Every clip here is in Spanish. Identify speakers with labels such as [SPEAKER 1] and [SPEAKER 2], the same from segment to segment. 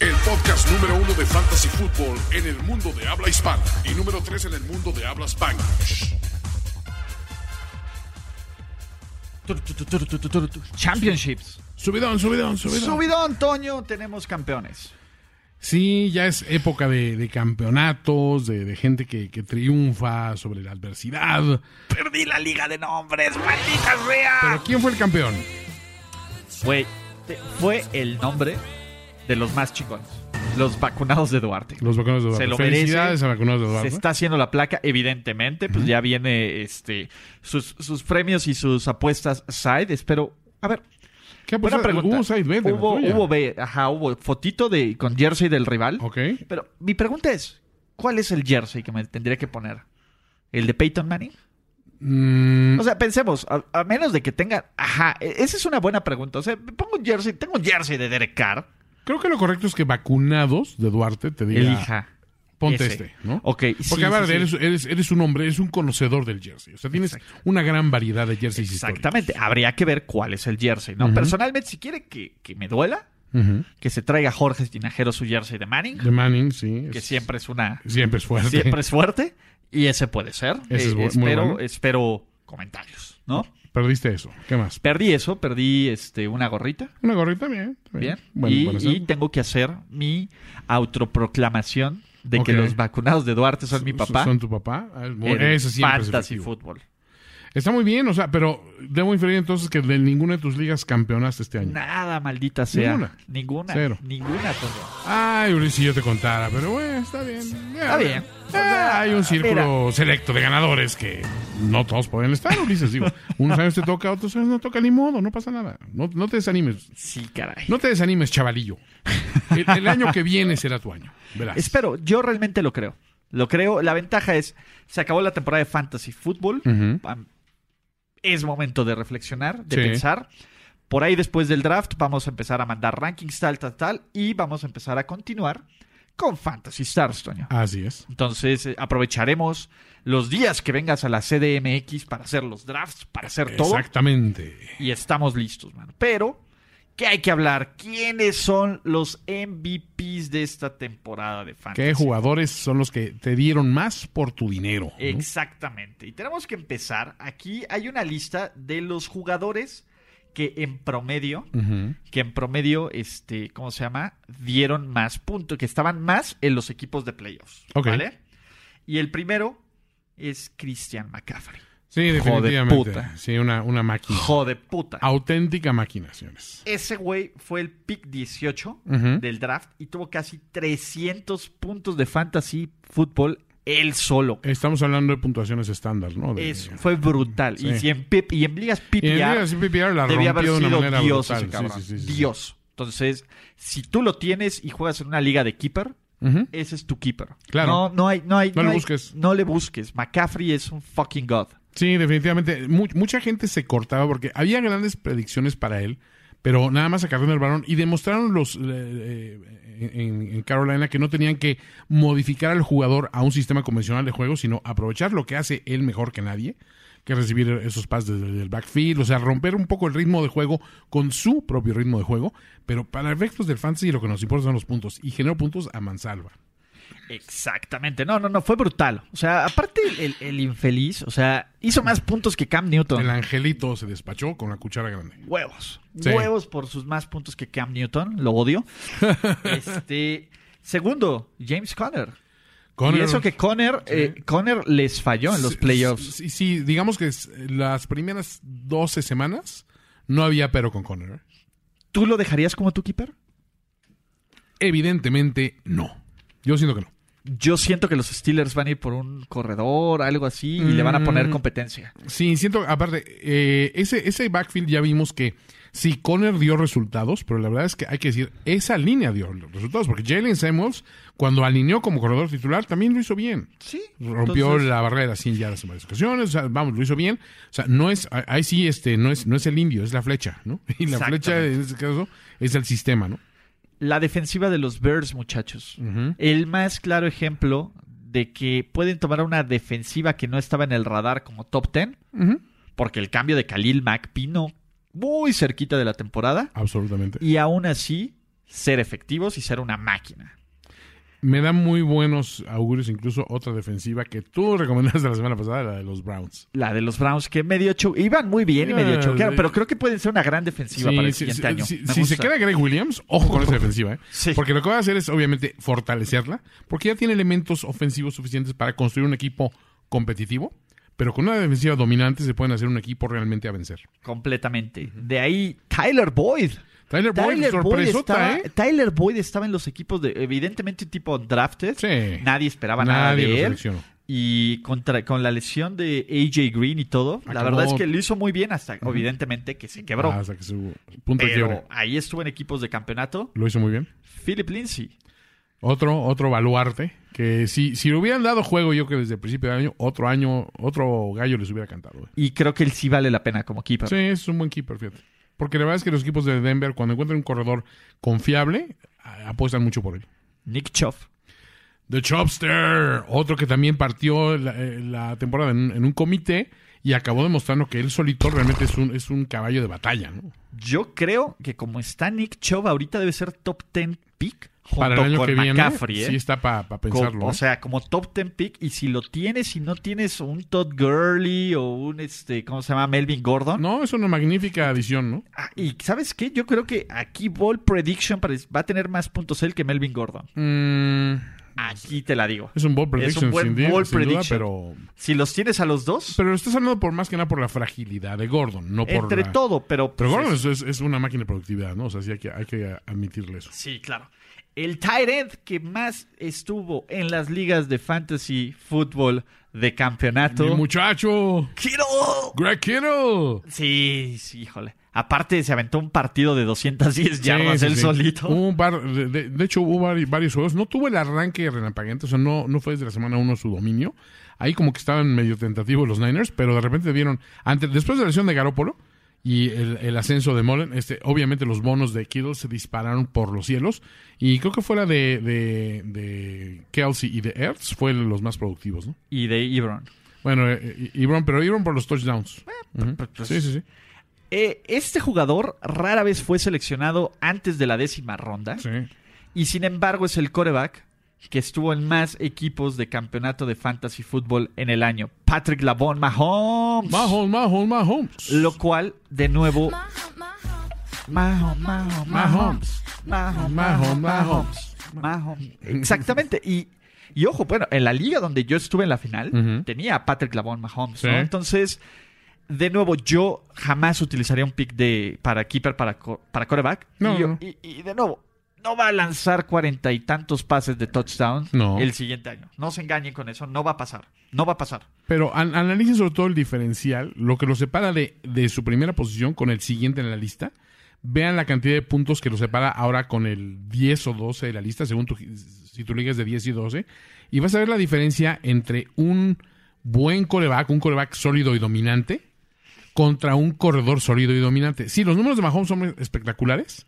[SPEAKER 1] El podcast número uno de Fantasy Football en el mundo de habla hispana y número tres en el mundo de habla spanglish.
[SPEAKER 2] Tur, tur, tur, tur, tur, tur, tur. Championships.
[SPEAKER 3] Subidón, subidón, subidón.
[SPEAKER 2] Subidón, Toño, tenemos campeones.
[SPEAKER 3] Sí, ya es época de, de campeonatos, de, de gente que, que triunfa sobre la adversidad.
[SPEAKER 2] Perdí la liga de nombres, maldita sea.
[SPEAKER 3] Pero ¿quién fue el campeón?
[SPEAKER 2] Fue, te- fue el nombre de los más chingones. Los vacunados de Duarte.
[SPEAKER 3] Los vacunados de Duarte.
[SPEAKER 2] Se lo merece.
[SPEAKER 3] Felicidades a vacunados de
[SPEAKER 2] Se
[SPEAKER 3] Duarte.
[SPEAKER 2] está haciendo la placa, evidentemente. Pues ya viene este sus, sus premios y sus apuestas side. Espero. A ver,
[SPEAKER 3] ¿Qué
[SPEAKER 2] buena
[SPEAKER 3] apuesta?
[SPEAKER 2] pregunta.
[SPEAKER 3] Ah, pues Hubo side bet en la
[SPEAKER 2] hubo,
[SPEAKER 3] tuya.
[SPEAKER 2] hubo B, ajá, hubo fotito de con jersey del rival.
[SPEAKER 3] Ok.
[SPEAKER 2] Pero mi pregunta es: ¿cuál es el jersey que me tendría que poner? ¿El de Peyton Manning?
[SPEAKER 3] Mm,
[SPEAKER 2] O sea, pensemos, a, a menos de que tenga. Ajá, e- esa es una buena pregunta. O sea, me pongo un jersey, tengo un jersey de Derek Carr.
[SPEAKER 3] creo que lo correcto es que vacunados de Duarte te diga.
[SPEAKER 2] Elija.
[SPEAKER 3] Ponte
[SPEAKER 2] ese.
[SPEAKER 3] este, ¿no?
[SPEAKER 2] Ok, sí,
[SPEAKER 3] Porque, a
[SPEAKER 2] sí,
[SPEAKER 3] ver,
[SPEAKER 2] sí.
[SPEAKER 3] eres, eres- eres un hombre, eres un conocedor del jersey. O sea, tienes
[SPEAKER 2] Exacto.
[SPEAKER 3] una gran variedad de jerseys
[SPEAKER 2] Exactamente, habría que ver cuál es el jersey, ¿no?
[SPEAKER 3] Ujú.
[SPEAKER 2] Personalmente, si quiere que, que me duela,
[SPEAKER 3] históricos.
[SPEAKER 2] que se traiga Jorge Tinajero su jersey de Manning,
[SPEAKER 3] Ujú. De Manning, sí.
[SPEAKER 2] que
[SPEAKER 3] es-
[SPEAKER 2] siempre es una.
[SPEAKER 3] Siempre es fuerte.
[SPEAKER 2] Siempre es fuerte, y ese puede ser. Eh,
[SPEAKER 3] Ese es bu- muy
[SPEAKER 2] espero,
[SPEAKER 3] bueno.
[SPEAKER 2] espero comentarios, ¿no?
[SPEAKER 3] Perdiste eso. ¿Qué más?
[SPEAKER 2] Perdí eso, perdí este una gorrita.
[SPEAKER 3] Una gorrita, bien. está
[SPEAKER 2] Bien.
[SPEAKER 3] Bueno,
[SPEAKER 2] y,
[SPEAKER 3] bueno,
[SPEAKER 2] y tengo que hacer mi autoproclamación de que
[SPEAKER 3] Ok.
[SPEAKER 2] los vacunados de Duarte son mi papá.
[SPEAKER 3] Son tu papá. Ah, es muy-
[SPEAKER 2] en
[SPEAKER 3] Ese siempre es
[SPEAKER 2] fantasy
[SPEAKER 3] efectivo.
[SPEAKER 2] fútbol.
[SPEAKER 3] Está muy bien, o sea, pero debo inferir entonces que de ninguna de tus ligas campeonaste este año.
[SPEAKER 2] Nada, maldita sea.
[SPEAKER 3] Ninguna.
[SPEAKER 2] Ninguna.
[SPEAKER 3] Cero.
[SPEAKER 2] Ninguna. Toño.
[SPEAKER 3] Ay, Ulises, si yo te contara, pero bueno, está bien.
[SPEAKER 2] Está bien.
[SPEAKER 3] Eh, hay un círculo selecto de ganadores que no todos pueden estar, Ulises. Digo, unos años te toca, otros años no toca, ni modo, no pasa nada. No, no te desanimes.
[SPEAKER 2] Sí, caray.
[SPEAKER 3] No te desanimes, chavalillo. El, el año que viene será tu año. Verás.
[SPEAKER 2] Espero, yo realmente lo creo. Lo creo. La ventaja es, se acabó la temporada de fantasy fútbol.
[SPEAKER 3] Ujú.
[SPEAKER 2] Am- Es momento de reflexionar, de
[SPEAKER 3] Mm. Sí.
[SPEAKER 2] pensar. Por ahí después del draft vamos a empezar a mandar rankings tal, tal, tal. Y vamos a empezar a continuar con Fantasy Stars, Toño.
[SPEAKER 3] Así es.
[SPEAKER 2] Entonces eh, aprovecharemos los días que vengas a la CDMX para hacer los drafts, para hacer todo.
[SPEAKER 3] Exactamente.
[SPEAKER 2] Y estamos listos, mano. Pero, ¿qué hay que hablar? ¿Quiénes son los MVPs de esta temporada de Fantasy?
[SPEAKER 3] ¿Qué jugadores son los que te dieron más por tu dinero? no?
[SPEAKER 2] Exactamente. Y tenemos que empezar. Aquí hay una lista de los jugadores que en promedio,
[SPEAKER 3] Ujú.
[SPEAKER 2] que en promedio, este, ¿cómo se llama? Dieron más puntos, que estaban más en los equipos de playoffs.
[SPEAKER 3] Ok.
[SPEAKER 2] ¿Vale? Y el primero es Christian McCaffrey.
[SPEAKER 3] Sí,
[SPEAKER 2] Hijo de
[SPEAKER 3] definitivamente.
[SPEAKER 2] puta.
[SPEAKER 3] Sí, una, una máquina.
[SPEAKER 2] Jode puta.
[SPEAKER 3] Ah, Auténtica máquina, señores.
[SPEAKER 2] Ese güey fue el pick 18
[SPEAKER 3] Ujú.
[SPEAKER 2] del draft y tuvo casi 300 puntos de fantasy fútbol él solo.
[SPEAKER 3] Estamos hablando de puntuaciones estándar, ¿no? De-
[SPEAKER 2] Eso fue brutal. Y,
[SPEAKER 3] Sí.
[SPEAKER 2] si en pip- y en ligas PPR
[SPEAKER 3] Y en ligas y PPR la
[SPEAKER 2] debía
[SPEAKER 3] rompió
[SPEAKER 2] haber
[SPEAKER 3] de una
[SPEAKER 2] sido
[SPEAKER 3] manera
[SPEAKER 2] Dios
[SPEAKER 3] brutal.
[SPEAKER 2] ese cabrón.
[SPEAKER 3] Sí, sí, sí, sí.
[SPEAKER 2] Dios. Entonces, si tú lo tienes y juegas en una liga de keeper,
[SPEAKER 3] Ujú.
[SPEAKER 2] ese es tu keeper.
[SPEAKER 3] Claro.
[SPEAKER 2] No, no hay, no hay.
[SPEAKER 3] No le
[SPEAKER 2] hay-
[SPEAKER 3] busques.
[SPEAKER 2] No le busques. McCaffrey es un fucking god.
[SPEAKER 3] Sí, definitivamente. Mu- mucha gente se cortaba porque había grandes predicciones para él, pero nada más sacaron el balón y demostraron los eh, eh, en, en Carolina que no tenían que modificar al jugador a un sistema convencional de juego, sino aprovechar lo que hace él mejor que nadie, que recibir esos pases desde el backfield, o sea, romper un poco el ritmo de juego con su propio ritmo de juego, pero para efectos del fantasy lo que nos importa son los puntos y generó puntos a mansalva.
[SPEAKER 2] Exactamente. No, no, no. Fue brutal. O sea, aparte el, el- el infeliz, o sea, hizo más puntos que Cam Newton.
[SPEAKER 3] El angelito se despachó con la cuchara grande.
[SPEAKER 2] Huevos.
[SPEAKER 3] Sí.
[SPEAKER 2] Huevos por sus más puntos que Cam Newton. Lo odio. este. Segundo, James Conner.
[SPEAKER 3] Con
[SPEAKER 2] y
[SPEAKER 3] el-
[SPEAKER 2] eso que Conner, eh, Conner les falló en los
[SPEAKER 3] Sí,
[SPEAKER 2] playoffs.
[SPEAKER 3] Sí, sí, digamos que es- las primeras 12 semanas no había pero con Conner.
[SPEAKER 2] ¿Tú lo dejarías como tu keeper?
[SPEAKER 3] Evidentemente no. Yo siento que no.
[SPEAKER 2] Yo siento que los Steelers van a ir por un corredor, algo así, y le van a
[SPEAKER 3] Mm.
[SPEAKER 2] poner competencia.
[SPEAKER 3] Sí, siento, aparte, eh, ese, ese backfield ya vimos que sí, Conner dio resultados, pero la verdad es que hay que decir, esa línea dio los resultados, porque Jalen Samuels, cuando alineó como corredor titular, también lo hizo bien.
[SPEAKER 2] Sí.
[SPEAKER 3] Rompió
[SPEAKER 2] entonces-
[SPEAKER 3] la barrera 100 yardas en varias ocasiones, o sea, vamos, lo hizo bien. O sea, no es, ah, ahí sí, este, no es, no es el indio, es la flecha, ¿no? Y la
[SPEAKER 2] Exactamente.
[SPEAKER 3] flecha, en este caso, es el sistema, ¿no?
[SPEAKER 2] La defensiva de los Bears, muchachos.
[SPEAKER 3] Ujú.
[SPEAKER 2] El más claro ejemplo de que pueden tomar una defensiva que no estaba en el radar como top 10,
[SPEAKER 3] Ujú.
[SPEAKER 2] porque el cambio de Khalil Mack vino muy cerquita de la temporada,
[SPEAKER 3] Absolutamente.
[SPEAKER 2] y aún así ser efectivos y ser una máquina.
[SPEAKER 3] Me da muy buenos augurios, incluso otra defensiva que tú recomendaste la semana pasada, la de los Browns.
[SPEAKER 2] La de los Browns, que medio chu- iban muy bien y medio
[SPEAKER 3] Ah,
[SPEAKER 2] choquearon,
[SPEAKER 3] sí.
[SPEAKER 2] pero creo que pueden ser una gran defensiva para el
[SPEAKER 3] Sí, sí,
[SPEAKER 2] siguiente
[SPEAKER 3] sí,
[SPEAKER 2] año.
[SPEAKER 3] sí,
[SPEAKER 2] Me
[SPEAKER 3] si se
[SPEAKER 2] gusta.
[SPEAKER 3] queda Greg Williams, ojo con esa defensiva, ¿eh?
[SPEAKER 2] Sí.
[SPEAKER 3] Porque lo que va a hacer es, obviamente, fortalecerla, porque ya tiene elementos ofensivos suficientes para construir un equipo competitivo, pero con una defensiva dominante se pueden hacer un equipo realmente a vencer.
[SPEAKER 2] Completamente. De ahí, Tyler Boyd.
[SPEAKER 3] Tyler Boyd, sorpresota,
[SPEAKER 2] estaba,
[SPEAKER 3] ¿eh?
[SPEAKER 2] Tyler Boyd estaba en los equipos de, evidentemente, tipo drafted.
[SPEAKER 3] Sí.
[SPEAKER 2] Nadie esperaba nada
[SPEAKER 3] Nadie lo
[SPEAKER 2] de él.
[SPEAKER 3] seleccionó.
[SPEAKER 2] Y contra, con la lesión de AJ Green y todo, la
[SPEAKER 3] Acabó.
[SPEAKER 2] verdad es que lo hizo muy bien hasta, evidentemente, que se quebró.
[SPEAKER 3] Hasta Ah, que su punto de quiebre.
[SPEAKER 2] pero ahí estuvo en equipos de campeonato.
[SPEAKER 3] Lo hizo muy bien.
[SPEAKER 2] Philip Lindsay.
[SPEAKER 3] Otro, otro baluarte. Que si, si le hubieran dado juego, yo que desde el principio del año, otro año, otro gallo les hubiera cantado. güey.
[SPEAKER 2] Y creo que él sí vale la pena como keeper.
[SPEAKER 3] Sí, es un buen keeper, fíjate. Porque la verdad es que los equipos de Denver, cuando encuentran un corredor confiable, a- apuestan mucho por él.
[SPEAKER 2] Nick Chubb.
[SPEAKER 3] The Chopster, otro que también partió la, eh, la temporada en, en un comité y acabó demostrando que él solito realmente es un, es un caballo de batalla, ¿no?
[SPEAKER 2] Yo creo que como está Nick Chubb, ahorita debe ser top 10 pick junto
[SPEAKER 3] Para el año
[SPEAKER 2] con
[SPEAKER 3] que viene,
[SPEAKER 2] McCaffrey. ¿eh?
[SPEAKER 3] sí está para
[SPEAKER 2] Co-
[SPEAKER 3] pensarlo. ¿eh?
[SPEAKER 2] O sea, como top 10 pick. Y si lo tienes, si no tienes un Todd Gurley o un, este, ¿cómo se llama? Melvin Gordon.
[SPEAKER 3] no, es una magnífica adición, ¿no?
[SPEAKER 2] Ah, y ¿sabes qué? Yo creo que aquí Ball Prediction pare- va a tener más puntos él que Melvin Gordon.
[SPEAKER 3] Mm,
[SPEAKER 2] Aquí te la digo.
[SPEAKER 3] es un ball
[SPEAKER 2] un
[SPEAKER 3] prediction,
[SPEAKER 2] buen
[SPEAKER 3] sin, di-
[SPEAKER 2] ball
[SPEAKER 3] sin duda,
[SPEAKER 2] prediction.
[SPEAKER 3] pero
[SPEAKER 2] Si los tienes a los dos,
[SPEAKER 3] Pero lo estás hablando por más que nada por la fragilidad de Gordon, no por
[SPEAKER 2] entre
[SPEAKER 3] la-
[SPEAKER 2] todo, pero...
[SPEAKER 3] Pero
[SPEAKER 2] pues,
[SPEAKER 3] Gordon
[SPEAKER 2] es-
[SPEAKER 3] es, es una máquina de productividad, ¿no? O sea, sí hay que, hay que admitirle eso.
[SPEAKER 2] Sí, claro. El tight end que más estuvo en las ligas de fantasy fútbol de campeonato.
[SPEAKER 3] ¡Mi muchacho!
[SPEAKER 2] ¡Kittle!
[SPEAKER 3] ¡Greg Kittle!
[SPEAKER 2] Sí, sí, híjole. Aparte, se aventó un partido de 210 yardas
[SPEAKER 3] Sí, sí,
[SPEAKER 2] él
[SPEAKER 3] sí. Uh.
[SPEAKER 2] solito.
[SPEAKER 3] Hubo un par- de, de- de hecho, hubo vari- varios juegos. No tuvo el arranque renampagante, o sea, no, no fue desde la semana 1 su dominio. Ahí como que estaban medio tentativos los Niners, pero de repente vieron, ante, después de la lesión de Garópolo y el, el ascenso de Mullen, este, obviamente los bonos de Kittle se dispararon por los cielos. Y creo que fuera de, de, de Kelsey y de Ertz fue los más productivos, ¿no?
[SPEAKER 2] Y de Ebron.
[SPEAKER 3] Bueno, eh, y- Ebron, pero Ebron por los touchdowns. Ujú.
[SPEAKER 2] pues, pues,
[SPEAKER 3] sí, sí, sí.
[SPEAKER 2] Eh, este jugador rara vez fue seleccionado antes de la décima ronda.
[SPEAKER 3] Sí.
[SPEAKER 2] Y sin embargo, es el coreback que estuvo en más equipos de campeonato de fantasy fútbol en el año. Patrick Labon Mahomes.
[SPEAKER 3] Mahomes, Mahomes, Mahomes.
[SPEAKER 2] Lo cual, de nuevo. Mahomes, Mahomes,
[SPEAKER 3] Mahomes.
[SPEAKER 2] Mahomes,
[SPEAKER 3] Mahomes,
[SPEAKER 2] Mahomes, Mahomes. Exactamente. Y, y ojo, bueno, en la liga donde yo estuve en la final,
[SPEAKER 3] Ujú.
[SPEAKER 2] tenía a Patrick Lavon Mahomes. ¿no?
[SPEAKER 3] Sí.
[SPEAKER 2] Entonces, de nuevo, yo jamás utilizaría un pick de para keeper para, co- para coreback.
[SPEAKER 3] No,
[SPEAKER 2] y, yo-
[SPEAKER 3] no.
[SPEAKER 2] y- y de nuevo, no va a lanzar cuarenta y tantos pases de touchdown
[SPEAKER 3] No.
[SPEAKER 2] el siguiente año. No se engañen con eso, no va a pasar. No va a pasar.
[SPEAKER 3] Pero an- analicen sobre todo el diferencial, lo que lo separa de, de su primera posición con el siguiente en la lista. Vean la cantidad de puntos que lo separa ahora con el 10 o 12 de la lista, según tu, si tu liga es de 10 y 12. Y vas a ver la diferencia entre un buen coreback, un coreback sólido y dominante, contra un corredor sólido y dominante. Sí, los números de Mahomes son espectaculares,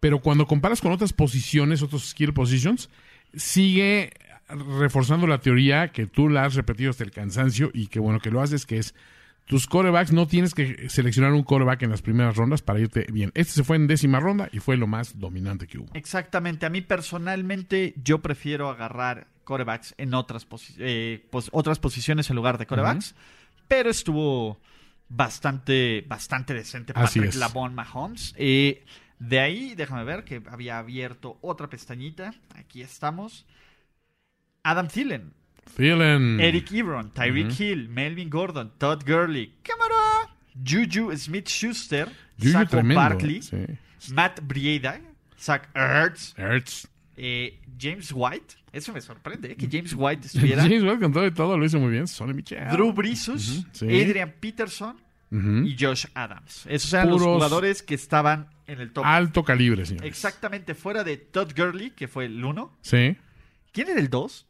[SPEAKER 3] pero cuando comparas con otras posiciones, otros skill positions, sigue reforzando la teoría que tú la has repetido hasta el cansancio y que bueno que lo haces, que es tus corebacks no tienes que seleccionar un coreback en las primeras rondas para irte bien. Este se fue en décima ronda y fue lo más dominante que hubo.
[SPEAKER 2] Exactamente. A mí personalmente yo prefiero agarrar corebacks en otras, posi- eh, pos- otras posiciones en lugar de corebacks, pero estuvo bastante, bastante decente
[SPEAKER 3] Así
[SPEAKER 2] Patrick
[SPEAKER 3] es.
[SPEAKER 2] Labón Mahomes. Eh, de ahí, déjame ver que había abierto otra pestañita. Aquí estamos. Adam Thielen,
[SPEAKER 3] Thielen.
[SPEAKER 2] Eric Ebron, Tyreek Hill, Melvin Gordon, Todd Gurley, cámara, Juju Smith-Schuster,
[SPEAKER 3] Yuyu
[SPEAKER 2] Saco
[SPEAKER 3] tremendo. eh.
[SPEAKER 2] Barkley,
[SPEAKER 3] Sí.
[SPEAKER 2] Matt Brieda, Zach Ertz,
[SPEAKER 3] Ertz.
[SPEAKER 2] Eh, James White, eso me sorprende, eh, que James White estuviera.
[SPEAKER 3] Mm. James Wade con todo y todo lo hizo muy bien. Sonny Michel.
[SPEAKER 2] Drew Breesus,
[SPEAKER 3] Ujú, sí.
[SPEAKER 2] Adrian Peterson
[SPEAKER 3] Ujú.
[SPEAKER 2] y Josh Adams. Esos eran los
[SPEAKER 3] Puros-
[SPEAKER 2] jugadores que estaban en el top.
[SPEAKER 3] Alto calibre, señor.
[SPEAKER 2] Exactamente fuera de Todd Gurley, que fue el 1.
[SPEAKER 3] Sí.
[SPEAKER 2] ¿Quién era el 2?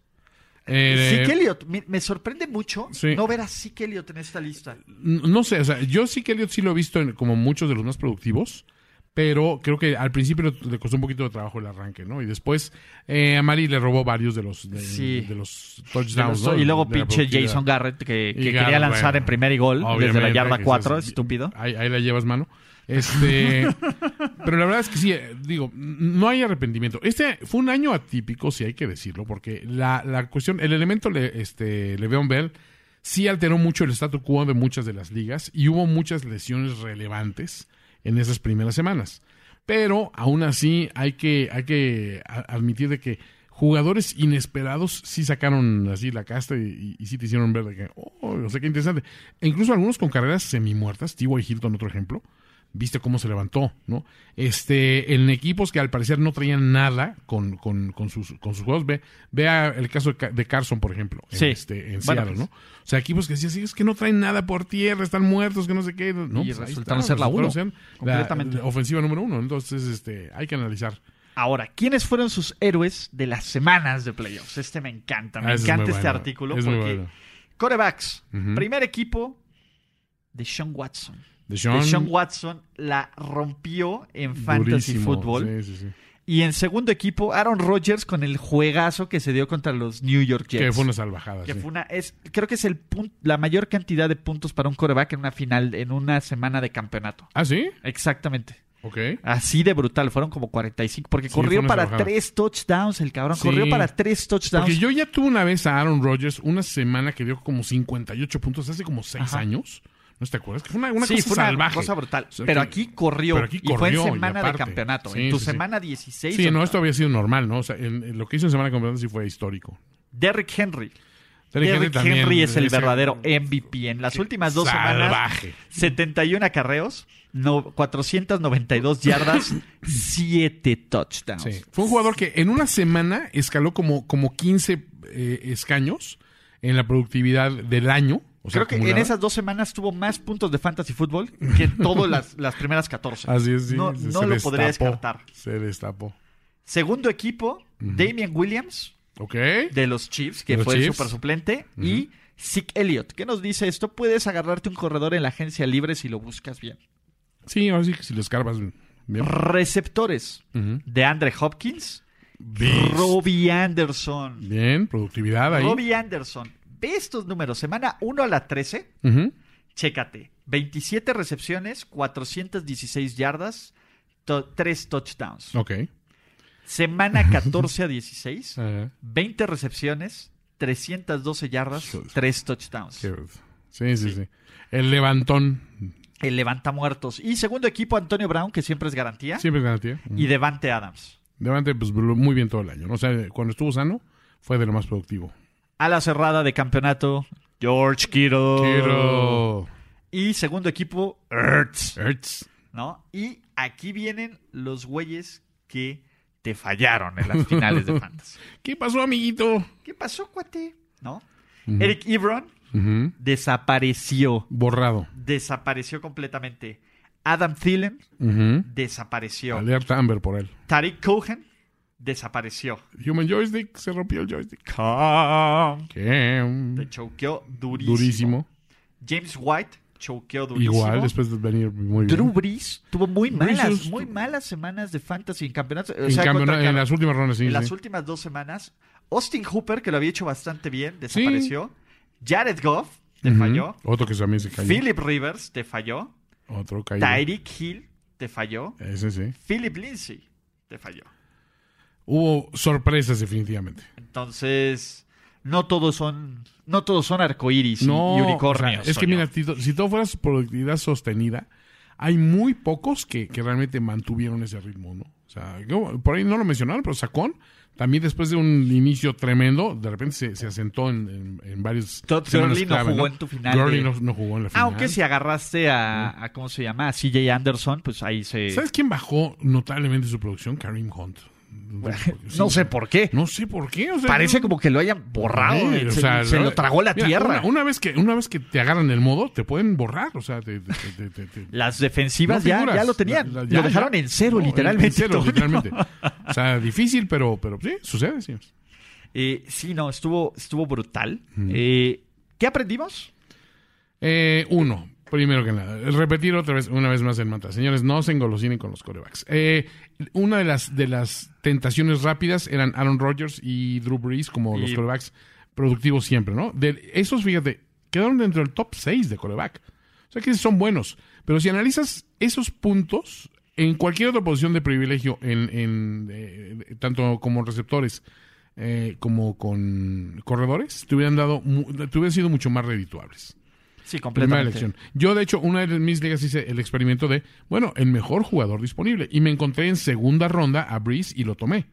[SPEAKER 3] Eh,
[SPEAKER 2] Zeke Elliott. Me, me sorprende mucho
[SPEAKER 3] Sí.
[SPEAKER 2] no ver a Zeke Elliott en esta lista.
[SPEAKER 3] n- no sé, o sea, yo sí que Elliot sí lo he visto en- como muchos de los más productivos, pero creo que al principio le- le costó un poquito de trabajo el arranque, ¿no? Y después eh, a Mari le robó varios de los, de,
[SPEAKER 2] Sí.
[SPEAKER 3] de los touchdowns. ¿no?
[SPEAKER 2] y luego
[SPEAKER 3] De la
[SPEAKER 2] pinche
[SPEAKER 3] productividad.
[SPEAKER 2] Jason Garrett, que, que
[SPEAKER 3] Y
[SPEAKER 2] quería
[SPEAKER 3] Garrett,
[SPEAKER 2] lanzar
[SPEAKER 3] bueno,
[SPEAKER 2] en primer y gol desde la
[SPEAKER 3] obviamente,
[SPEAKER 2] yarda
[SPEAKER 3] que
[SPEAKER 2] 4,
[SPEAKER 3] estás-
[SPEAKER 2] estúpido.
[SPEAKER 3] Ahí, ahí la llevas mano. Este, pero la verdad es que sí, eh, digo, n- no hay arrepentimiento. Este fue un año atípico, si hay que decirlo, porque la, la cuestión, el elemento le, este, Le'Veon Bell sí alteró mucho el statu quo de muchas de las ligas y hubo muchas lesiones relevantes en esas primeras semanas. Pero aún así hay que, hay que a- admitir de que jugadores inesperados sí sacaron así la casta y, y- y sí te hicieron ver de que, oh, o sea, qué interesante. E incluso algunos con carreras semimuertas, T.Y. Hilton, otro ejemplo, viste cómo se levantó, ¿no? Este, en equipos que al parecer no traían nada con, con, con sus, con sus juegos. Ve, vea el caso de, Ca- de Carson, por ejemplo, en,
[SPEAKER 2] Sí.
[SPEAKER 3] este, en
[SPEAKER 2] Bueno,
[SPEAKER 3] Seattle,
[SPEAKER 2] pues.
[SPEAKER 3] ¿no? O sea, equipos que decían, sí, es que no traen nada por tierra, están muertos, que no sé qué. No,
[SPEAKER 2] Y
[SPEAKER 3] pues ahí
[SPEAKER 2] resultaron
[SPEAKER 3] está,
[SPEAKER 2] ser la
[SPEAKER 3] resultaron
[SPEAKER 2] uno, completamente.
[SPEAKER 3] la ofensiva número uno. Entonces, este, hay que analizar.
[SPEAKER 2] Ahora, ¿quiénes fueron sus héroes de las semanas de playoffs? Este me encanta, me
[SPEAKER 3] Ah, ese es
[SPEAKER 2] encanta
[SPEAKER 3] muy
[SPEAKER 2] este
[SPEAKER 3] bueno,
[SPEAKER 2] artículo
[SPEAKER 3] es muy
[SPEAKER 2] porque
[SPEAKER 3] bueno.
[SPEAKER 2] corebacks,
[SPEAKER 3] Ujú.
[SPEAKER 2] primer equipo de Sean Watson.
[SPEAKER 3] Deshaun,
[SPEAKER 2] Sean Watson la rompió en fantasy
[SPEAKER 3] durísimo.
[SPEAKER 2] fútbol.
[SPEAKER 3] Sí, sí, sí.
[SPEAKER 2] Y en segundo equipo, Aaron Rodgers con el juegazo que se dio contra los New York Jets.
[SPEAKER 3] Que fue una salvajada.
[SPEAKER 2] Que
[SPEAKER 3] sí.
[SPEAKER 2] fue una- es, creo que es el pun- la mayor cantidad de puntos para un coreback en una final, en una semana de campeonato.
[SPEAKER 3] Ah, sí,
[SPEAKER 2] Exactamente.
[SPEAKER 3] ok.
[SPEAKER 2] Así de brutal, fueron como 45, porque
[SPEAKER 3] Sí, fue
[SPEAKER 2] corrió
[SPEAKER 3] una
[SPEAKER 2] para
[SPEAKER 3] salvajada.
[SPEAKER 2] tres touchdowns el cabrón,
[SPEAKER 3] Sí.
[SPEAKER 2] corrió para tres touchdowns.
[SPEAKER 3] Porque yo ya tuve una vez a Aaron Rodgers una semana que dio como 58 puntos hace como 6
[SPEAKER 2] Ajá.
[SPEAKER 3] años. ¿No te acuerdas? Que fue una, una
[SPEAKER 2] sí,
[SPEAKER 3] cosa
[SPEAKER 2] fue una
[SPEAKER 3] salvaje.
[SPEAKER 2] cosa brutal.
[SPEAKER 3] O sea,
[SPEAKER 2] pero
[SPEAKER 3] que-
[SPEAKER 2] aquí corrió
[SPEAKER 3] pero aquí
[SPEAKER 2] y fue en
[SPEAKER 3] corrió, y
[SPEAKER 2] semana de
[SPEAKER 3] aparte.
[SPEAKER 2] campeonato.
[SPEAKER 3] Sí,
[SPEAKER 2] en tu
[SPEAKER 3] sí, sí.
[SPEAKER 2] semana 16.
[SPEAKER 3] Sí, no,
[SPEAKER 2] o-
[SPEAKER 3] esto había sido normal, ¿no? O sea, en- en lo que hizo en Semana Campeonata sí fue histórico.
[SPEAKER 2] Derrick Henry.
[SPEAKER 3] Derrick
[SPEAKER 2] Derrick
[SPEAKER 3] también,
[SPEAKER 2] Henry es el
[SPEAKER 3] ese-
[SPEAKER 2] verdadero MVP. En las últimas dos semanas,
[SPEAKER 3] salvaje.
[SPEAKER 2] 71 acarreos, no, 492 yardas, 7 touchdowns.
[SPEAKER 3] Sí. Fue un jugador que en una semana escaló como, como 15 eh, escaños en la productividad del año. O sea,
[SPEAKER 2] Creo que en
[SPEAKER 3] acumulada.
[SPEAKER 2] esas dos semanas tuvo más puntos de fantasy fútbol que en todas las, las primeras 14.
[SPEAKER 3] Así es, sí,
[SPEAKER 2] No,
[SPEAKER 3] se-
[SPEAKER 2] no
[SPEAKER 3] se
[SPEAKER 2] lo podría
[SPEAKER 3] destapó,
[SPEAKER 2] descartar.
[SPEAKER 3] Se destapó.
[SPEAKER 2] Segundo equipo, Damian Williams
[SPEAKER 3] Ok.
[SPEAKER 2] de los Chiefs, que
[SPEAKER 3] Los
[SPEAKER 2] fue el
[SPEAKER 3] Chiefs.
[SPEAKER 2] super suplente, y Zeke Elliott. ¿Qué nos dice esto? Puedes agarrarte un corredor en la agencia libre si lo buscas bien.
[SPEAKER 3] Sí, ahora sí que si lo escarbas bien.
[SPEAKER 2] Receptores
[SPEAKER 3] Ujú.
[SPEAKER 2] de Andre Hopkins,
[SPEAKER 3] Beast.
[SPEAKER 2] Robbie Anderson.
[SPEAKER 3] Bien, productividad ahí.
[SPEAKER 2] Robbie Anderson, ve estos números, semana 1 a la 13,
[SPEAKER 3] Ujú.
[SPEAKER 2] chécate. 27 recepciones, 416 yardas, 3 touchdowns.
[SPEAKER 3] Ok.
[SPEAKER 2] Semana 14 a 16,
[SPEAKER 3] Ajá.
[SPEAKER 2] 20 recepciones, 312 yardas,
[SPEAKER 3] Híjole.
[SPEAKER 2] 3 touchdowns.
[SPEAKER 3] Qué- Sí, sí, sí. El levantón.
[SPEAKER 2] El levanta muertos. Y segundo equipo, Antonio Brown, que siempre es garantía,
[SPEAKER 3] Siempre gana, tío. Ujú.
[SPEAKER 2] y Devante Adams.
[SPEAKER 3] Levante, pues muy bien todo el año. ¿no? O sea, cuando estuvo sano, fue de lo más productivo.
[SPEAKER 2] A la cerrada de campeonato, George Kittle.
[SPEAKER 3] Pero.
[SPEAKER 2] Y segundo equipo, Ertz.
[SPEAKER 3] Ertz.
[SPEAKER 2] ¿no? Y aquí vienen los güeyes que te fallaron en las finales de Fantasy.
[SPEAKER 3] ¿Qué pasó, amiguito?
[SPEAKER 2] ¿Qué pasó, cuate? ¿No? Eric Ebron
[SPEAKER 3] Ujú.
[SPEAKER 2] desapareció.
[SPEAKER 3] Borrado.
[SPEAKER 2] Desapareció completamente. Adam Thielen
[SPEAKER 3] Ujú.
[SPEAKER 2] desapareció.
[SPEAKER 3] Alerta Amber por él.
[SPEAKER 2] Tariq Cohen desapareció.
[SPEAKER 3] Human Joystick, se rompió el joystick. ¿Qué?
[SPEAKER 2] Te choqueó durísimo.
[SPEAKER 3] Durísimo.
[SPEAKER 2] James White choqueó durísimo.
[SPEAKER 3] Igual, después de venir muy bien.
[SPEAKER 2] Drew Brees tuvo muy malas,
[SPEAKER 3] Brees es-
[SPEAKER 2] muy malas semanas de fantasy en campeonato. o
[SPEAKER 3] En,
[SPEAKER 2] sea,
[SPEAKER 3] cambio,
[SPEAKER 2] contra
[SPEAKER 3] en
[SPEAKER 2] Cam-
[SPEAKER 3] las últimas rondas, sí.
[SPEAKER 2] en las
[SPEAKER 3] sí.
[SPEAKER 2] últimas dos semanas. Austin Hooper, que lo había hecho bastante bien, desapareció. Jared Goff te
[SPEAKER 3] Ujú.
[SPEAKER 2] falló.
[SPEAKER 3] Otro que también se cayó.
[SPEAKER 2] Philip Rivers te falló.
[SPEAKER 3] Otro cayó.
[SPEAKER 2] Tyreek Hill te falló.
[SPEAKER 3] Ese sí.
[SPEAKER 2] Philip Lindsay te falló.
[SPEAKER 3] Hubo sorpresas, definitivamente.
[SPEAKER 2] Entonces, no todos son, no todos son arcoíris y-
[SPEAKER 3] no,
[SPEAKER 2] y
[SPEAKER 3] o sea,
[SPEAKER 2] unicornios.
[SPEAKER 3] es que
[SPEAKER 2] Toño.
[SPEAKER 3] mira, Tito, si todo fuera productividad sostenida, hay muy pocos que, que realmente mantuvieron ese ritmo, ¿no? O sea, yo- por ahí no lo mencionaron, pero Sacón también después de un inicio tremendo, de repente se, se asentó en, en, en varios.
[SPEAKER 2] Todd
[SPEAKER 3] semanas
[SPEAKER 2] Gurley no jugó en tu final
[SPEAKER 3] Gurley
[SPEAKER 2] de-
[SPEAKER 3] no, no jugó en la final.
[SPEAKER 4] Ah,
[SPEAKER 2] Aunque si agarraste a, a- ¿cómo se llama? A CJ Anderson, pues ahí se...
[SPEAKER 3] ¿Sabes quién bajó notablemente su producción? Karim Hunt.
[SPEAKER 4] no sé por qué.
[SPEAKER 3] No sé por qué. o sea,
[SPEAKER 4] Parece
[SPEAKER 3] yo-
[SPEAKER 4] como que lo hayan borrado.
[SPEAKER 2] eh,
[SPEAKER 4] eh,
[SPEAKER 3] Sí, o
[SPEAKER 4] se,
[SPEAKER 3] sea,
[SPEAKER 4] se lo tragó la
[SPEAKER 3] mira,
[SPEAKER 4] tierra.
[SPEAKER 3] Una, una vez que, una vez que te agarran el modo, te pueden borrar. O sea, te- te- te- te- te-
[SPEAKER 2] Las defensivas
[SPEAKER 3] No
[SPEAKER 2] ya,
[SPEAKER 3] figuras.
[SPEAKER 2] ya lo tenían.
[SPEAKER 3] La- la-
[SPEAKER 2] lo
[SPEAKER 3] ya,
[SPEAKER 2] dejaron
[SPEAKER 3] ya.
[SPEAKER 2] en cero,
[SPEAKER 3] No,
[SPEAKER 2] literalmente.
[SPEAKER 3] En cero,
[SPEAKER 2] Toño.
[SPEAKER 3] literalmente. O sea, difícil, pero, pero sí, sucede, sí.
[SPEAKER 2] Eh, sí, no, estuvo, estuvo brutal. Eh, ¿Qué aprendimos?
[SPEAKER 3] Eh, uno, primero que nada, repetir otra vez, una vez más el mantra. Señores, no se engolosinen con los corebacks. Eh, una de las, de las tentaciones rápidas eran Aaron Rodgers y Drew Brees como los
[SPEAKER 2] Y-
[SPEAKER 3] corebacks productivos siempre, ¿no? De esos, fíjate, quedaron dentro del top 6 de coreback. O sea que son buenos. Pero si analizas esos puntos en cualquier otra posición de privilegio, en, en, eh, tanto como receptores eh, como con corredores, te hubieran dado, mu- te hubieran sido mucho más redituables.
[SPEAKER 2] Sí,
[SPEAKER 3] Primera
[SPEAKER 2] completamente.
[SPEAKER 3] elección. Yo, de hecho, una de mis ligas hice el experimento de, bueno, el mejor jugador disponible. Y me encontré en segunda ronda a Breeze y lo tomé.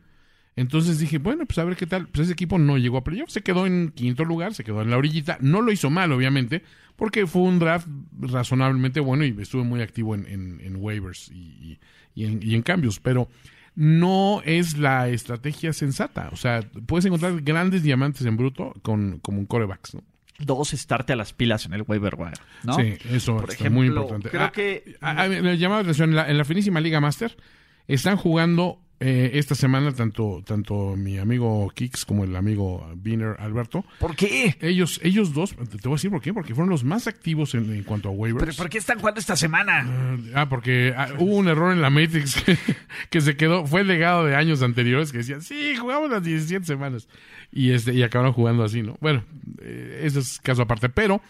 [SPEAKER 3] Entonces dije, bueno, pues a ver qué tal. Pues ese equipo no llegó a playoff. Se quedó en quinto lugar, se quedó en la orillita. No lo hizo mal, obviamente, porque fue un draft razonablemente bueno y estuve muy activo en, en- en waivers y, y- y en, y en cambios. Pero no es la estrategia sensata. O sea, puedes encontrar grandes diamantes en bruto con, como un corebacks, ¿no?
[SPEAKER 2] Dos, estarte a las pilas en el waiver wire, ¿no?
[SPEAKER 3] Sí, eso
[SPEAKER 2] Por
[SPEAKER 3] es muy
[SPEAKER 2] ejemplo,
[SPEAKER 3] importante.
[SPEAKER 2] creo
[SPEAKER 3] Ah,
[SPEAKER 2] que-
[SPEAKER 3] ah, ah, me llamaba la atención, en la, en la finísima Liga Master están jugando eh, esta semana tanto, tanto mi amigo Kix como el amigo Biner Alberto.
[SPEAKER 4] ¿Por qué?
[SPEAKER 3] Ellos, ellos dos, te, te voy a decir por qué, porque fueron los más activos en, en cuanto a
[SPEAKER 4] ¿Pero
[SPEAKER 2] Pues,
[SPEAKER 3] waivers.
[SPEAKER 4] ¿Por qué están jugando esta semana?
[SPEAKER 3] Ah, porque ah, hubo un error en la Matrix que, que se quedó, fue el legado de años anteriores que decían, sí, jugamos las 17 semanas. Y este, y acabaron jugando así, ¿no? Bueno, eh, ese es caso aparte. Pero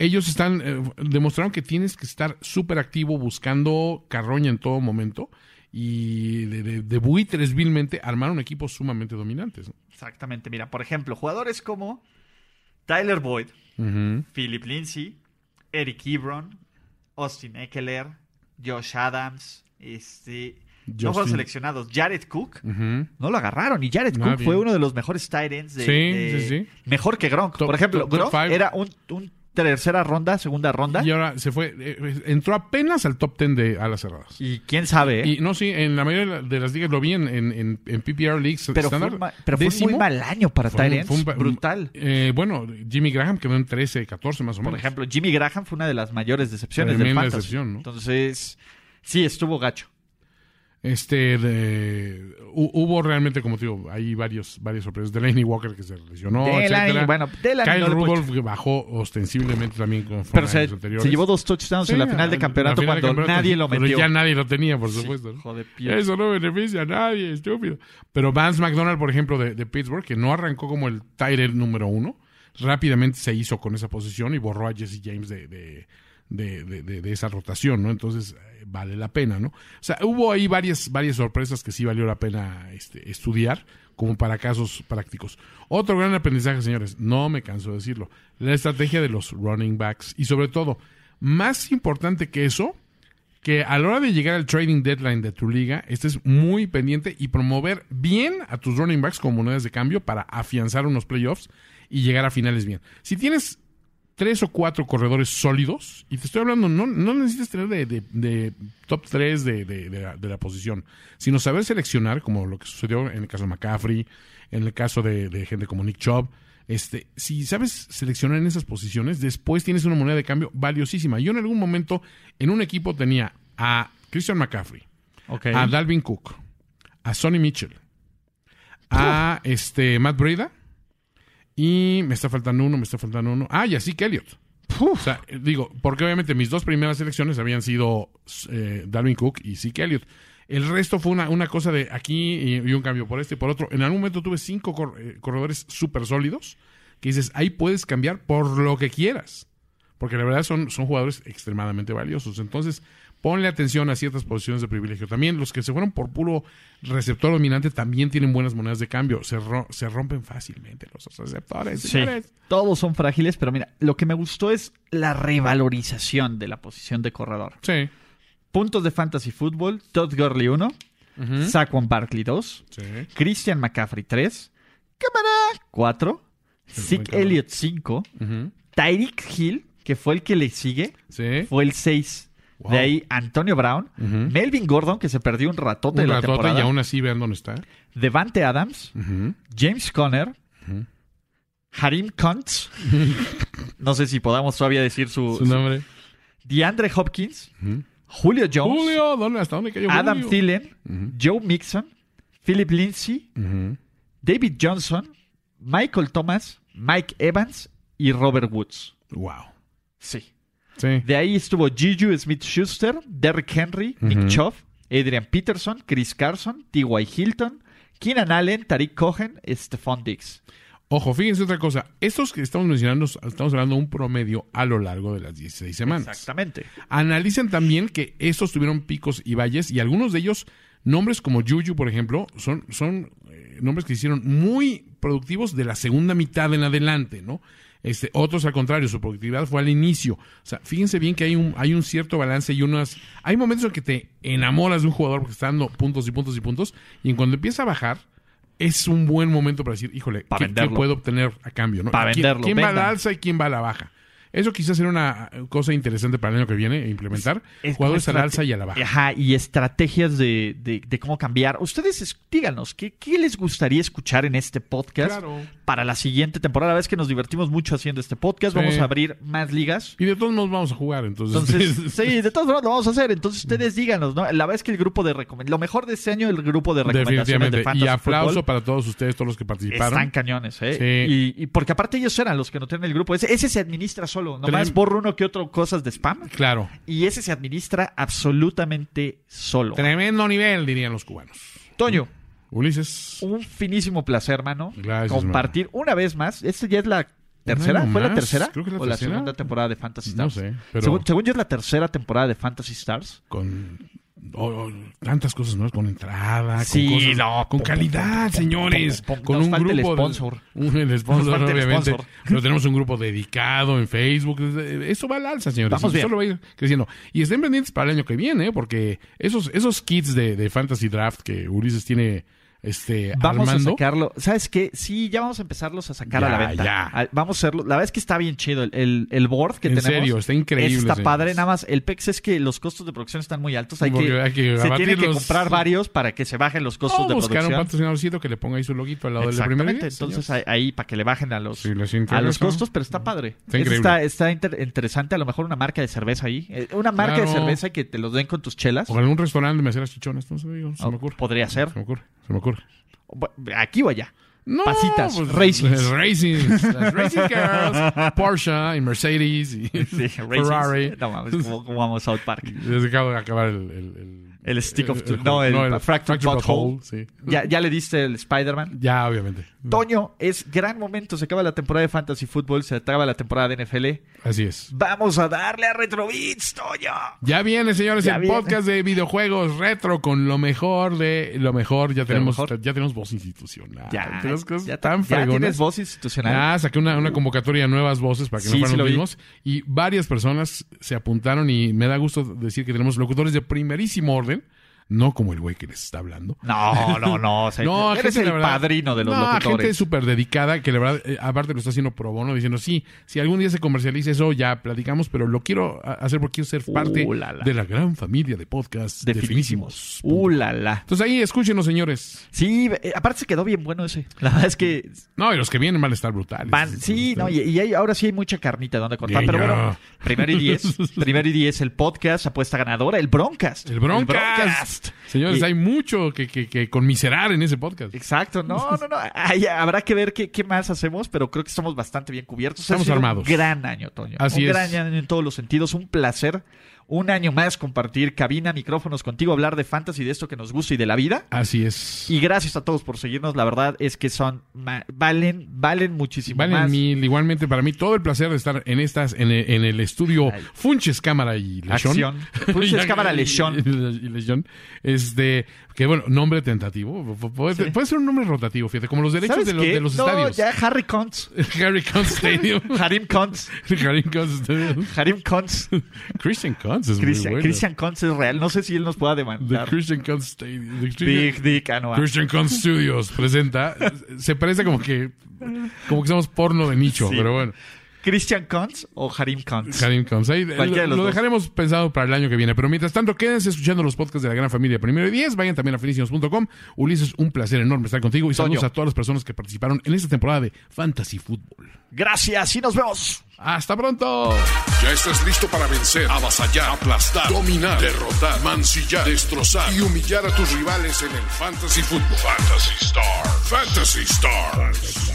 [SPEAKER 3] ellos están, eh, demostraron que tienes que estar súper activo buscando carroña en todo momento. Y de, de- de buitres vilmente armaron equipos sumamente dominantes. ¿no?
[SPEAKER 2] Exactamente. Mira, por ejemplo, jugadores como Tyler Boyd, Philip Lindsay, Eric Ebron, Austin Eckler, Josh Adams, este. No fueron
[SPEAKER 3] Justin.
[SPEAKER 2] seleccionados. Jared Cook.
[SPEAKER 3] Ujú.
[SPEAKER 2] No lo agarraron. Y Jared
[SPEAKER 3] Ah,
[SPEAKER 2] Cook fue
[SPEAKER 3] bien.
[SPEAKER 2] uno de los mejores tight ends de,
[SPEAKER 3] Sí,
[SPEAKER 2] de-
[SPEAKER 3] sí, sí.
[SPEAKER 2] Mejor que Gronk.
[SPEAKER 3] Top-
[SPEAKER 2] Por ejemplo,
[SPEAKER 3] top- top
[SPEAKER 2] Gronk
[SPEAKER 3] five.
[SPEAKER 2] era un, un tercera ronda, segunda ronda.
[SPEAKER 3] Y ahora se fue, eh, entró apenas al top 10 de alas cerradas.
[SPEAKER 2] Y quién sabe. ¿eh?
[SPEAKER 3] Y no, sí, en la mayoría de la- de las ligas lo vi en, en, en- en PPR Leagues.
[SPEAKER 2] pero fue,
[SPEAKER 3] estándar,
[SPEAKER 2] un ma- pero fue un
[SPEAKER 3] décimo.
[SPEAKER 2] muy mal año para
[SPEAKER 3] Fue un-
[SPEAKER 2] tight ends.
[SPEAKER 3] fue un pa-
[SPEAKER 2] brutal.
[SPEAKER 3] Eh, bueno, Jimmy Graham quedó en 13, 14 más o menos.
[SPEAKER 2] Por ejemplo, Jimmy Graham fue una de las mayores decepciones del
[SPEAKER 3] Tremenda
[SPEAKER 2] fantasy.
[SPEAKER 3] decepción, ¿no?
[SPEAKER 2] Entonces, sí, estuvo gacho.
[SPEAKER 3] Este, de- hu- hubo realmente, como te digo, hay varios, varios sorpresas. Delaney Walker que se lesionó,
[SPEAKER 2] Delaney,
[SPEAKER 3] etcétera.
[SPEAKER 2] bueno, Delaney
[SPEAKER 3] Kyle
[SPEAKER 2] no le puedo
[SPEAKER 3] Rudolph que bajó ostensiblemente también con
[SPEAKER 2] Pero
[SPEAKER 3] con
[SPEAKER 2] se,
[SPEAKER 3] años anteriores.
[SPEAKER 2] se llevó dos touchdowns
[SPEAKER 3] Sí,
[SPEAKER 2] en la final de
[SPEAKER 3] en la
[SPEAKER 2] campeonato
[SPEAKER 3] final de
[SPEAKER 2] cuando
[SPEAKER 3] campeonato,
[SPEAKER 2] nadie lo
[SPEAKER 3] pero
[SPEAKER 2] metió.
[SPEAKER 3] ya nadie lo tenía, por supuesto. ¿no?
[SPEAKER 2] Hijo de pie.
[SPEAKER 3] Eso no beneficia a nadie, estúpido. Pero Vance McDonald, por ejemplo, de, de Pittsburgh, que no arrancó como el Tyrell número uno, rápidamente se hizo con esa posición y borró a Jesse James de, de, de- de- de- de esa rotación, ¿no? Entonces, eh, vale la pena, ¿no? O sea, hubo ahí varias, varias sorpresas que sí valió la pena este, estudiar, como para casos prácticos. Otro gran aprendizaje, señores, no me canso de decirlo, la estrategia de los running backs. Y sobre todo, más importante que eso, que a la hora de llegar al trading deadline de tu liga, estés muy pendiente y promover bien a tus running backs como monedas de cambio para afianzar unos playoffs y llegar a finales bien. Si tienes tres o cuatro corredores sólidos, y te estoy hablando, no, no necesitas tener de, de- de top 3 de, de- de la, de la posición, sino saber seleccionar, como lo que sucedió en el caso de McCaffrey, en el caso de, de gente como Nick Chubb. Este, si sabes seleccionar en esas posiciones, después tienes una moneda de cambio valiosísima. Yo en algún momento en un equipo tenía a Christian McCaffrey,
[SPEAKER 2] Ok.
[SPEAKER 3] a Dalvin Cook, a Sonny Mitchell, a este Matt Breda y me está faltando uno, me está faltando uno. Ah, y así que Elliott. O sea, eh, digo, porque obviamente mis dos primeras selecciones habían sido eh, Dalvin Cook y Zeke Elliott. El resto fue una, una cosa de aquí y, y un cambio por este y por otro. En algún momento tuve cinco cor- eh, corredores súper sólidos que dices, ahí puedes cambiar por lo que quieras. Porque la verdad son, son jugadores extremadamente valiosos. Entonces, ponle atención a ciertas posiciones de privilegio. También los que se fueron por puro receptor dominante también tienen buenas monedas de cambio. Se, ro- se rompen fácilmente los receptores.
[SPEAKER 2] Sí.
[SPEAKER 3] señores.
[SPEAKER 2] Todos son frágiles, pero mira, lo que me gustó es la revalorización de la posición de corredor.
[SPEAKER 3] Sí.
[SPEAKER 2] Puntos de fantasy fútbol, Todd Gurley 1, Saquon Barkley 2,
[SPEAKER 3] Sí.
[SPEAKER 2] Christian McCaffrey 3, Cámara 4, Zeke
[SPEAKER 3] cabrón.
[SPEAKER 2] Elliott 5,
[SPEAKER 3] Ujú.
[SPEAKER 2] Tyreek Hill, que fue el que le sigue,
[SPEAKER 3] Sí.
[SPEAKER 2] fue el 6.
[SPEAKER 3] Wow.
[SPEAKER 2] De ahí Antonio Brown, Melvin Gordon, que se perdió ¿Mm? un ratote de
[SPEAKER 3] Un
[SPEAKER 2] la
[SPEAKER 3] ratote y
[SPEAKER 2] temporada.
[SPEAKER 3] aún así vean dónde está.
[SPEAKER 2] Devante Adams,
[SPEAKER 3] Ujú.
[SPEAKER 2] James Conner, Harim Kuntz, no sé si podamos todavía decir su,
[SPEAKER 3] Su nombre.
[SPEAKER 2] DeAndre Hopkins,
[SPEAKER 3] Ujú.
[SPEAKER 2] Julio Jones,
[SPEAKER 3] Julio, ¿dónde, ¿hasta dónde cayó
[SPEAKER 2] Adam
[SPEAKER 3] Julio?
[SPEAKER 2] Thielen, Joe Mixon, Philip Lindsay,
[SPEAKER 3] Ujú.
[SPEAKER 2] David Johnson, Michael Thomas, Mike Evans y Robert Woods.
[SPEAKER 3] Wow.
[SPEAKER 2] Sí.
[SPEAKER 3] Sí.
[SPEAKER 2] De ahí estuvo Juju Smith-Schuster, Derrick Henry, Nick Chubb, Adrian Peterson, Chris Carson, T.Y. Hilton, Keenan Allen, Tariq Cohen, Stephon Diggs.
[SPEAKER 3] Ojo, fíjense otra cosa. Estos que estamos mencionando, estamos hablando de un promedio a lo largo de las 16 semanas.
[SPEAKER 2] Exactamente.
[SPEAKER 3] Analicen también que estos tuvieron picos y valles y algunos de ellos, nombres como Juju, por ejemplo, son, son eh, nombres que se hicieron muy productivos de la segunda mitad en adelante, ¿no? Este, otros al contrario, su productividad fue al inicio. O sea, fíjense bien que hay un, hay un cierto balance y unas... Hay momentos en que te enamoras de un jugador porque está dando puntos y puntos y puntos y en cuando empieza a bajar, es un buen momento para decir, híjole,
[SPEAKER 2] Para
[SPEAKER 3] ¿qué, qué
[SPEAKER 2] venderlo.
[SPEAKER 3] puedo obtener a cambio? ¿no?
[SPEAKER 2] Para
[SPEAKER 3] ¿Quién-
[SPEAKER 2] venderlo,
[SPEAKER 3] ¿Quién va a la
[SPEAKER 2] vendan.
[SPEAKER 3] alza y quién va a la baja? Eso quizás será una cosa interesante para el año que viene e implementar.
[SPEAKER 2] Es
[SPEAKER 3] Jugadores a
[SPEAKER 2] como
[SPEAKER 3] la
[SPEAKER 2] estrate-
[SPEAKER 3] alza y a la baja.
[SPEAKER 2] Ajá, y estrategias de, de- de cómo cambiar. Ustedes es- díganos, ¿qué, qué les gustaría escuchar en este podcast
[SPEAKER 3] Claro.
[SPEAKER 2] para la siguiente temporada? La vez que nos divertimos mucho haciendo este podcast,
[SPEAKER 3] Sí.
[SPEAKER 2] vamos a abrir más ligas.
[SPEAKER 3] Y de todos modos vamos a jugar, entonces.
[SPEAKER 2] Entonces, sí, de todas formas lo vamos a hacer. Entonces, ustedes díganos, ¿no? La verdad es que el grupo de recomendaciones, lo mejor de este año, el grupo de recomendaciones
[SPEAKER 3] definitivamente.
[SPEAKER 2] de Fantasy
[SPEAKER 3] y aplauso
[SPEAKER 2] Football
[SPEAKER 3] para todos ustedes, todos los que participaron.
[SPEAKER 2] Están cañones, ¿eh?
[SPEAKER 3] Sí.
[SPEAKER 2] Y, y porque aparte ellos eran los que no tienen el grupo. Ese, ese se administra solo. Nomás
[SPEAKER 3] Trem-
[SPEAKER 2] borro uno que otro cosas de spam.
[SPEAKER 3] Claro.
[SPEAKER 2] Y ese se administra absolutamente solo.
[SPEAKER 3] Tremendo nivel, dirían los cubanos.
[SPEAKER 2] Toño,
[SPEAKER 3] Ulises.
[SPEAKER 2] un finísimo placer, mano.
[SPEAKER 3] Gracias,
[SPEAKER 2] compartir una vez más. Esta ya es la tercera.
[SPEAKER 3] año
[SPEAKER 2] ¿Fue la
[SPEAKER 3] más.
[SPEAKER 2] tercera?
[SPEAKER 3] Creo que la
[SPEAKER 2] o la
[SPEAKER 3] tercera.
[SPEAKER 2] segunda temporada de Fantasy
[SPEAKER 3] No
[SPEAKER 2] Stars.
[SPEAKER 3] sé, pero
[SPEAKER 2] Según, según yo es la tercera temporada de Fantasy Stars.
[SPEAKER 3] con oh, oh, tantas cosas nuevas, con entrada,
[SPEAKER 2] Sí,
[SPEAKER 3] con, cosas-
[SPEAKER 2] no,
[SPEAKER 3] con
[SPEAKER 2] pum,
[SPEAKER 3] calidad,
[SPEAKER 2] pum, pum,
[SPEAKER 3] señores.
[SPEAKER 2] pum, pum, pum.
[SPEAKER 3] con
[SPEAKER 2] Nos
[SPEAKER 3] un
[SPEAKER 2] falta el
[SPEAKER 3] grupo. de-
[SPEAKER 2] sponsor.
[SPEAKER 3] un- el sponsor,
[SPEAKER 2] Nos falta el
[SPEAKER 3] obviamente.
[SPEAKER 2] sponsor.
[SPEAKER 3] Pero tenemos un grupo dedicado en Facebook. eh, Eso va al alza, señores.
[SPEAKER 2] Vamos
[SPEAKER 3] Eso
[SPEAKER 2] bien.
[SPEAKER 3] solo va a ir creciendo. Y estén pendientes para el año que viene, porque esos, esos kits de, de Fantasy Draft que Ulises tiene este,
[SPEAKER 2] Vamos
[SPEAKER 3] armando.
[SPEAKER 2] a sacarlo. ¿Sabes qué? Sí, ya vamos a empezarlos a sacar a la
[SPEAKER 3] Ya,
[SPEAKER 2] venta.
[SPEAKER 3] ya.
[SPEAKER 2] Ah, Vamos a hacerlo. La verdad es que está bien chido el, el, el board que
[SPEAKER 3] en
[SPEAKER 2] tenemos.
[SPEAKER 3] serio, está increíble.
[SPEAKER 2] Está
[SPEAKER 3] señores.
[SPEAKER 2] padre, nada más. El PEX es que los costos de producción están muy altos. Hay
[SPEAKER 3] Porque
[SPEAKER 2] que,
[SPEAKER 3] hay que
[SPEAKER 2] se tiene que
[SPEAKER 3] abatirlos.
[SPEAKER 2] comprar varios para que se bajen los costos
[SPEAKER 3] Vamos
[SPEAKER 2] de
[SPEAKER 3] a buscar un
[SPEAKER 2] producción.
[SPEAKER 3] patrocinadorcito que le ponga ahí su loguito al lado del primer
[SPEAKER 2] Exactamente,
[SPEAKER 3] día.
[SPEAKER 2] entonces
[SPEAKER 3] señores.
[SPEAKER 2] ahí, ahí para que le bajen a los,
[SPEAKER 3] Si les
[SPEAKER 2] a los
[SPEAKER 3] interesa.
[SPEAKER 2] costos, pero está padre.
[SPEAKER 3] Está
[SPEAKER 2] Eso
[SPEAKER 3] increíble.
[SPEAKER 2] está está inter- interesante, a lo mejor una marca de cerveza ahí. Eh, Una marca de
[SPEAKER 3] Claro.
[SPEAKER 2] cerveza que te los den con tus chelas.
[SPEAKER 3] O en un restaurante de meseras chichonas, no sé, digo, se me
[SPEAKER 2] O-
[SPEAKER 3] ocurre.
[SPEAKER 2] Podría ser.
[SPEAKER 3] Se me ocurre, se me ocurre.
[SPEAKER 2] Bu- Aquí o allá.
[SPEAKER 3] No,
[SPEAKER 2] Pasitas, racings.
[SPEAKER 3] las Racings, las Racing Girls, Porsche y Mercedes y Ferrari.
[SPEAKER 2] No mames, como, como vamos a South Park.
[SPEAKER 3] Les acabo de acabar el... El, el-
[SPEAKER 2] El stick of...
[SPEAKER 3] el- el-
[SPEAKER 2] no, el,
[SPEAKER 3] Eh, el
[SPEAKER 2] fractured
[SPEAKER 3] fractured
[SPEAKER 2] butthole.
[SPEAKER 3] butthole, sí.
[SPEAKER 2] Ya, ya le diste el Spider-Man.
[SPEAKER 3] Ya, obviamente.
[SPEAKER 2] Toño, es gran momento. Se acaba la temporada de Fantasy Football, se acaba la temporada de NFL.
[SPEAKER 3] Así es.
[SPEAKER 2] Vamos a darle a Retrobits, Toño.
[SPEAKER 3] Ya viene, señores,
[SPEAKER 2] Ya
[SPEAKER 3] el
[SPEAKER 2] viene.
[SPEAKER 3] podcast de videojuegos retro con lo mejor de lo mejor. Ya tenemos,
[SPEAKER 2] mejor.
[SPEAKER 3] ya tenemos voz institucional.
[SPEAKER 2] Ya,
[SPEAKER 3] Tenemos cosas
[SPEAKER 2] ya,
[SPEAKER 3] tan
[SPEAKER 2] ya tienes
[SPEAKER 3] fregones.
[SPEAKER 2] voz institucional.
[SPEAKER 3] Ah, saqué una, una convocatoria de nuevas voces para que
[SPEAKER 2] Sí,
[SPEAKER 3] no fueran
[SPEAKER 2] sí lo
[SPEAKER 3] los
[SPEAKER 2] vi.
[SPEAKER 3] mismos. Y varias personas se apuntaron y me da gusto decir que tenemos locutores de primerísimo orden, no como el güey que les está hablando.
[SPEAKER 2] No, no, no. o sea,
[SPEAKER 3] No,
[SPEAKER 2] eres
[SPEAKER 3] gente,
[SPEAKER 2] el
[SPEAKER 3] la verdad-
[SPEAKER 2] padrino de los
[SPEAKER 3] no, gente
[SPEAKER 2] locutores.
[SPEAKER 3] súper dedicada que la verdad, eh, aparte lo está haciendo pro bono, diciendo, sí, si algún día se comercializa eso, ya platicamos, pero lo quiero a- hacer porque quiero ser parte
[SPEAKER 2] Uh, la, la.
[SPEAKER 3] de la gran familia de podcasts de finísimos.
[SPEAKER 2] Uh, la, la.
[SPEAKER 3] Entonces ahí, escúchenos, señores.
[SPEAKER 2] Sí, eh, aparte se quedó bien bueno ese. La verdad es que
[SPEAKER 3] No, y los que vienen van a estar brutales.
[SPEAKER 2] van. Sí, no, y, y hay- ahora sí hay mucha carnita donde cortar.
[SPEAKER 3] Bien,
[SPEAKER 2] Pero
[SPEAKER 3] ya.
[SPEAKER 2] bueno, primero y diez. primero y diez, el podcast, apuesta ganadora, el Broncast.
[SPEAKER 3] El Broncast. Señores,
[SPEAKER 2] Y-
[SPEAKER 3] hay mucho que, que, que conmiserar en ese podcast.
[SPEAKER 2] Exacto, no, no, no. Ahí habrá que ver qué, qué más hacemos, pero creo que estamos bastante bien cubiertos. Ha
[SPEAKER 3] Estamos
[SPEAKER 2] sido
[SPEAKER 3] armados.
[SPEAKER 2] Un gran año, Toño.
[SPEAKER 3] Así
[SPEAKER 2] un
[SPEAKER 3] es.
[SPEAKER 2] gran año en todos los sentidos. Un placer. Un año más compartir cabina, micrófonos contigo, hablar de fantasy, de esto que nos gusta y de la vida.
[SPEAKER 3] Así es.
[SPEAKER 2] Y gracias a todos por seguirnos. La verdad es que son ma- valen, valen muchísimo
[SPEAKER 3] Valen
[SPEAKER 2] más.
[SPEAKER 3] mil. Igualmente, para mí, todo el placer de estar en estas, en el, en el estudio
[SPEAKER 2] Ay.
[SPEAKER 3] Funches Cámara y Lechón.
[SPEAKER 2] Acción. Funches
[SPEAKER 3] Y-
[SPEAKER 2] Cámara
[SPEAKER 3] y-
[SPEAKER 2] Lechón.
[SPEAKER 3] Y Lechón. Este, que bueno, nombre tentativo. Pu- Puede,
[SPEAKER 2] Sí.
[SPEAKER 3] puede ser un nombre rotativo, fíjate, como los derechos
[SPEAKER 2] ¿Sabes
[SPEAKER 3] de los,
[SPEAKER 2] qué?
[SPEAKER 3] de los
[SPEAKER 2] No,
[SPEAKER 3] estadios.
[SPEAKER 2] ya Harry Contz.
[SPEAKER 3] Harry Cons Stadium.
[SPEAKER 2] Harim Contz.
[SPEAKER 3] Harry Cons Stadium.
[SPEAKER 2] Harim Contz.
[SPEAKER 3] Christian Cons es muy
[SPEAKER 2] Christian,
[SPEAKER 3] bueno.
[SPEAKER 2] Christian Contz es real. No sé si él nos pueda
[SPEAKER 3] The
[SPEAKER 2] demandar.
[SPEAKER 3] Christian Cons Stadium. The Christian-
[SPEAKER 2] Big Dick ah, Anoa.
[SPEAKER 3] Christian Con Studios presenta. Se parece como que como que somos porno de nicho,
[SPEAKER 2] Sí.
[SPEAKER 3] pero bueno.
[SPEAKER 2] Christian Kuntz o Harim Kuntz.
[SPEAKER 3] Karim Combs. Ahí,
[SPEAKER 2] Cualquiera de
[SPEAKER 3] lo,
[SPEAKER 2] los
[SPEAKER 3] lo
[SPEAKER 2] dos.
[SPEAKER 3] dejaremos pensado para el año que viene. Pero mientras tanto, quédense escuchando los podcasts de la gran familia Primero y Diez. Vayan también a felicinos.com. Ulises, un placer enorme estar contigo. Y saludos
[SPEAKER 2] Toño.
[SPEAKER 3] a todas las personas que participaron en esta temporada de Fantasy Football.
[SPEAKER 4] Gracias y nos vemos.
[SPEAKER 3] ¡Hasta pronto!
[SPEAKER 1] Ya estás listo para vencer, avasallar, aplastar, dominar, derrotar, mancillar, destrozar y humillar a tus rivales en el Fantasy Football. Fantasy Star. Fantasy Stars.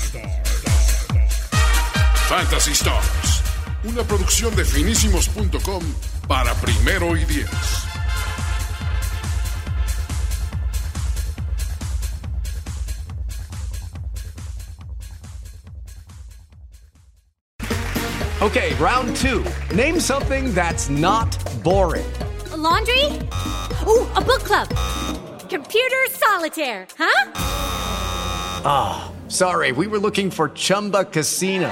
[SPEAKER 1] Fantasy Stars. Una producción de finísimos.com para primero y diez.
[SPEAKER 5] Okay, round two. Name something that's not boring.
[SPEAKER 6] A laundry? Ooh, a book club. Computer solitaire, huh?
[SPEAKER 5] Sorry, we were looking for Chumba Casino.